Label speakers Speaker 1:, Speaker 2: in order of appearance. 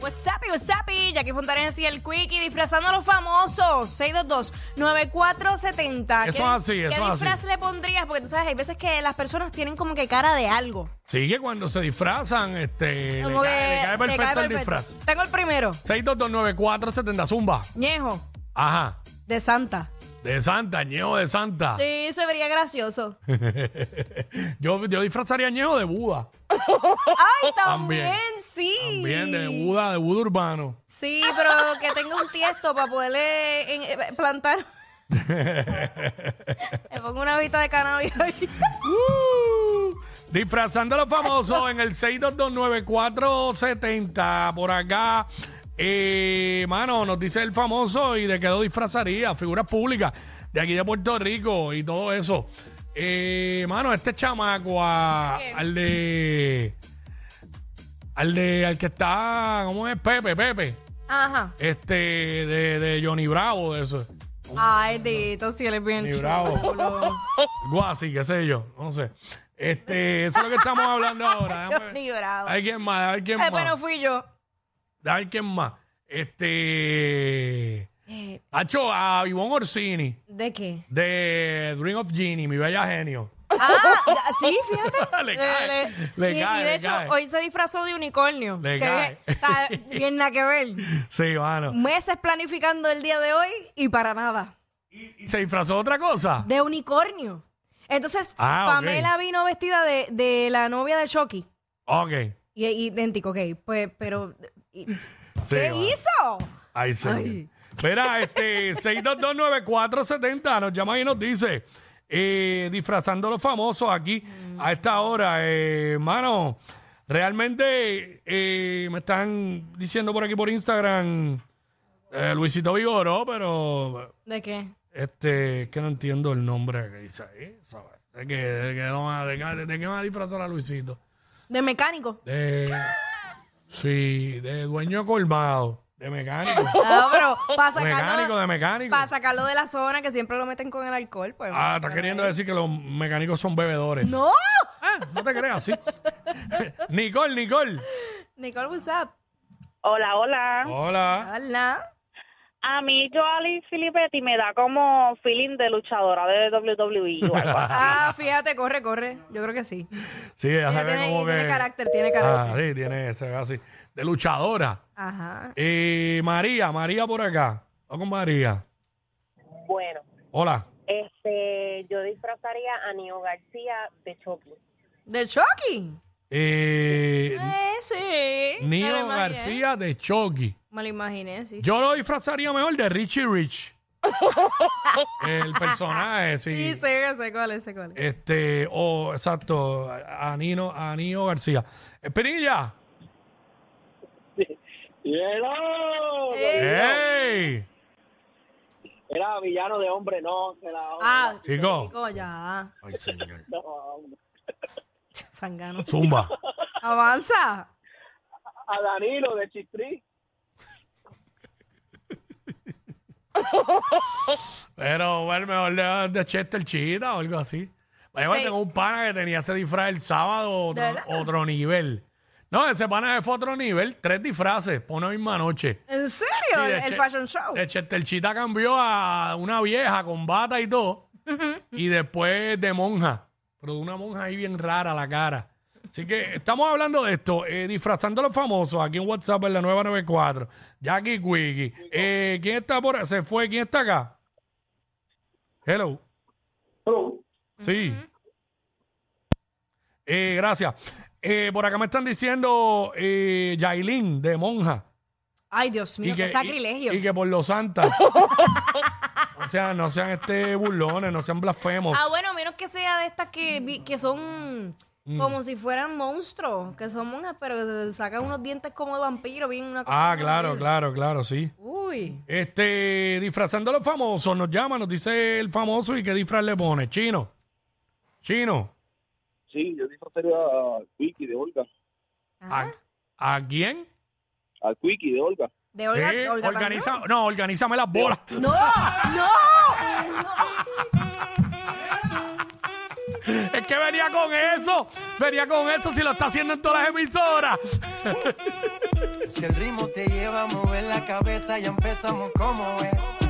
Speaker 1: Wasapi, wasapi, Jackie Fontanes y el Quickie disfrazando a los famosos. 622-9470.
Speaker 2: Eso
Speaker 1: ¿Qué-
Speaker 2: así,
Speaker 1: ¿Qué
Speaker 2: eso
Speaker 1: disfraz
Speaker 2: así.
Speaker 1: le pondrías? Porque tú sabes, hay veces que las personas tienen como que cara de algo.
Speaker 2: Sí, que cuando se disfrazan, este, le
Speaker 1: Como que
Speaker 2: cae, le cae
Speaker 1: te
Speaker 2: perfecto el
Speaker 1: perfecto.
Speaker 2: disfraz.
Speaker 1: Tengo el primero,
Speaker 2: 6229470 Zumba.
Speaker 1: Ñejo,
Speaker 2: Ajá.
Speaker 1: de Santa.
Speaker 2: De Santa, Ñejo de Santa.
Speaker 1: Sí, se vería gracioso.
Speaker 2: yo, yo disfrazaría a Ñejo de Buda.
Speaker 1: ¡Ay, también,
Speaker 2: Oh, También.
Speaker 1: sí!
Speaker 2: También de Buda, de Buda urbano.
Speaker 1: Sí, pero que tenga un tiesto para poderle eh, eh, plantar. Le pongo una vista de cannabis ahí.
Speaker 2: Uh, disfrazando a los famosos en el 6229470. Por acá, eh, mano, nos dice el famoso y de qué lo disfrazaría. Figuras públicas de aquí de Puerto Rico y todo eso. Eh, mano, este chamaco a- al de. Al de. Al que está. ¿Cómo es? Pepe, Pepe.
Speaker 1: Ajá.
Speaker 2: Este. De, de Johnny Bravo, de eso.
Speaker 1: Ay, Dito, si él es bien
Speaker 2: Ni bravo.
Speaker 1: chulo.
Speaker 2: Algo así, qué sé yo, no sé. Este, eso es lo que estamos hablando ahora. déjame ver.
Speaker 1: Johnny Bravo.
Speaker 2: Hay quien más, hay quien
Speaker 1: Eh, pero
Speaker 2: más.
Speaker 1: fui yo.
Speaker 2: Hay quien más.
Speaker 1: Eh,
Speaker 2: Este. Hacho, a Ivonne Orsini
Speaker 1: ¿De qué?
Speaker 2: de Dream of Genie, mi bella genio.
Speaker 1: Ah, ya- sí, fíjate. Eh,
Speaker 2: Le cae, le
Speaker 1: y, y
Speaker 2: cae,
Speaker 1: de
Speaker 2: le
Speaker 1: hecho,
Speaker 2: cae.
Speaker 1: hoy se disfrazó de unicornio.
Speaker 2: Le
Speaker 1: que
Speaker 2: cae.
Speaker 1: Está bien nada que ver.
Speaker 2: Sí, mano.
Speaker 1: Meses planificando el día de hoy y para nada.
Speaker 2: ¿Y ¿Se disfrazó de otra cosa?
Speaker 1: De unicornio. Entonces,
Speaker 2: Ah, ok.
Speaker 1: Pamela vino vestida de, de la novia de Chucky.
Speaker 2: Ok.
Speaker 1: Y, y- idéntico, ok. Pues, pero. y-
Speaker 2: Sí,
Speaker 1: ¿Qué
Speaker 2: mano.
Speaker 1: hizo?
Speaker 2: Ay, sí. Mira, este, 6229470 nos llama y nos dice, eh, disfrazando a los famosos aquí
Speaker 1: Mm.
Speaker 2: a esta hora, eh, hermano, realmente eh, me están diciendo por aquí por Instagram eh, Luisito Vigoró, pero
Speaker 1: ¿De qué?
Speaker 2: este, es que no entiendo el nombre que dice ahí, ¿sabes? ¿De qué, de qué lo van a- de qué- de qué van a disfrazar a Luisito?
Speaker 1: De mecánico.
Speaker 2: De, sí, de dueño colmado, de mecánico.
Speaker 1: Ah, pero para sacarlo,
Speaker 2: Mecánico, de mecánico.
Speaker 1: Para sacarlo de la zona que siempre lo meten con el alcohol, pues.
Speaker 2: Ah, estás queriendo decir que los mecánicos son bebedores.
Speaker 1: ¡No!
Speaker 2: Ah, no te creas, sí. Nicole, Nicole.
Speaker 1: Nicole, what's up?
Speaker 3: Hola, hola.
Speaker 2: Hola.
Speaker 1: Hola.
Speaker 3: A mí Joali Filippetti me da como feeling de luchadora de WWE. o algo así.
Speaker 1: Ah, fíjate, corre, corre. Yo creo que sí.
Speaker 2: Sí,
Speaker 1: Ella
Speaker 2: ella se ve
Speaker 1: tiene,
Speaker 2: como que...
Speaker 1: tiene carácter, tiene
Speaker 2: Ah,
Speaker 1: carácter.
Speaker 2: sí, tiene, se ve así. De luchadora.
Speaker 1: Ajá.
Speaker 2: Eh, María, María por acá. Vamos con María.
Speaker 4: Bueno,
Speaker 2: Hola.
Speaker 4: este, yo disfrazaría a Nio García de Chucky.
Speaker 1: ¿De Chucky?
Speaker 2: Eh,
Speaker 1: Eh, sí. Me lo
Speaker 2: Nino
Speaker 1: imaginé.
Speaker 2: García de Chucky.
Speaker 1: Me lo imaginé, sí.
Speaker 2: Yo lo disfrazaría mejor de Richie Rich. El personaje,
Speaker 1: Sí, sé, sé cuál es, sé cuál es.
Speaker 2: Este, o exacto, a a Nino, a Nino García. Eh, Espinilla.
Speaker 5: ¡Hielo!
Speaker 1: Eh,
Speaker 2: ¡Ey!
Speaker 5: Era villano de hombre, no. Se la...
Speaker 1: ah,
Speaker 2: Chico.
Speaker 1: chico, ya.
Speaker 2: Ay, señor.
Speaker 1: Sangano.
Speaker 2: Zumba.
Speaker 1: Avanza.
Speaker 5: A Danilo de Chistri.
Speaker 2: Pero bueno, mejor de, de Chester Chita o algo así. Yo
Speaker 1: Sí.
Speaker 2: tengo un pana que tenía ese disfraz el sábado, otro,
Speaker 1: verdad?
Speaker 2: otro nivel. No, ese pana fue otro nivel, tres disfraces por una misma noche.
Speaker 1: ¿En serio?
Speaker 2: Sí, de
Speaker 1: el, el
Speaker 2: Che-
Speaker 1: fashion show.
Speaker 2: de Chester Chita cambió a una vieja con bata y todo. y después de monja. Pero de una monja ahí bien rara la cara. Así que estamos hablando de esto, eh, disfrazando a los famosos aquí en WhatsApp en la 994. Jackie Quiggy. Eh, ¿Quién está por Se fue. ¿Quién está acá? Hello. Sí. Eh, gracias. Eh, por acá me están diciendo eh, Yailin de monja.
Speaker 1: Ay, Dios mío, qué sacrilegio.
Speaker 2: Y, y que por los santas. o sea, no sean este burlones, no sean blasfemos.
Speaker 1: Ah, bueno, menos que sea de estas que, vi- que son
Speaker 2: Mm.
Speaker 1: como si fueran monstruos, que son monjas, pero sacan unos dientes como de vampiro, bien una cosa
Speaker 2: Ah, claro,
Speaker 1: horrible.
Speaker 2: claro, claro, sí.
Speaker 1: Uy,
Speaker 2: Este, disfrazando a los famosos, nos llama, nos dice el famoso y qué disfraz le pone. Chino. Chino.
Speaker 5: Sí, yo disfrazaría al Quickie de Olga.
Speaker 2: ¿A, a quién?
Speaker 5: Al Quickie de Olga.
Speaker 1: de Ah. Olga,
Speaker 2: Eh,
Speaker 1: Olga
Speaker 2: organiza- no, organízame las bolas.
Speaker 1: Tañón. No, no.
Speaker 2: Es que venía con eso. Venía con eso si lo está haciendo en todas las emisoras.
Speaker 6: Si el ritmo te lleva a mover la cabeza, ya empezamos como es.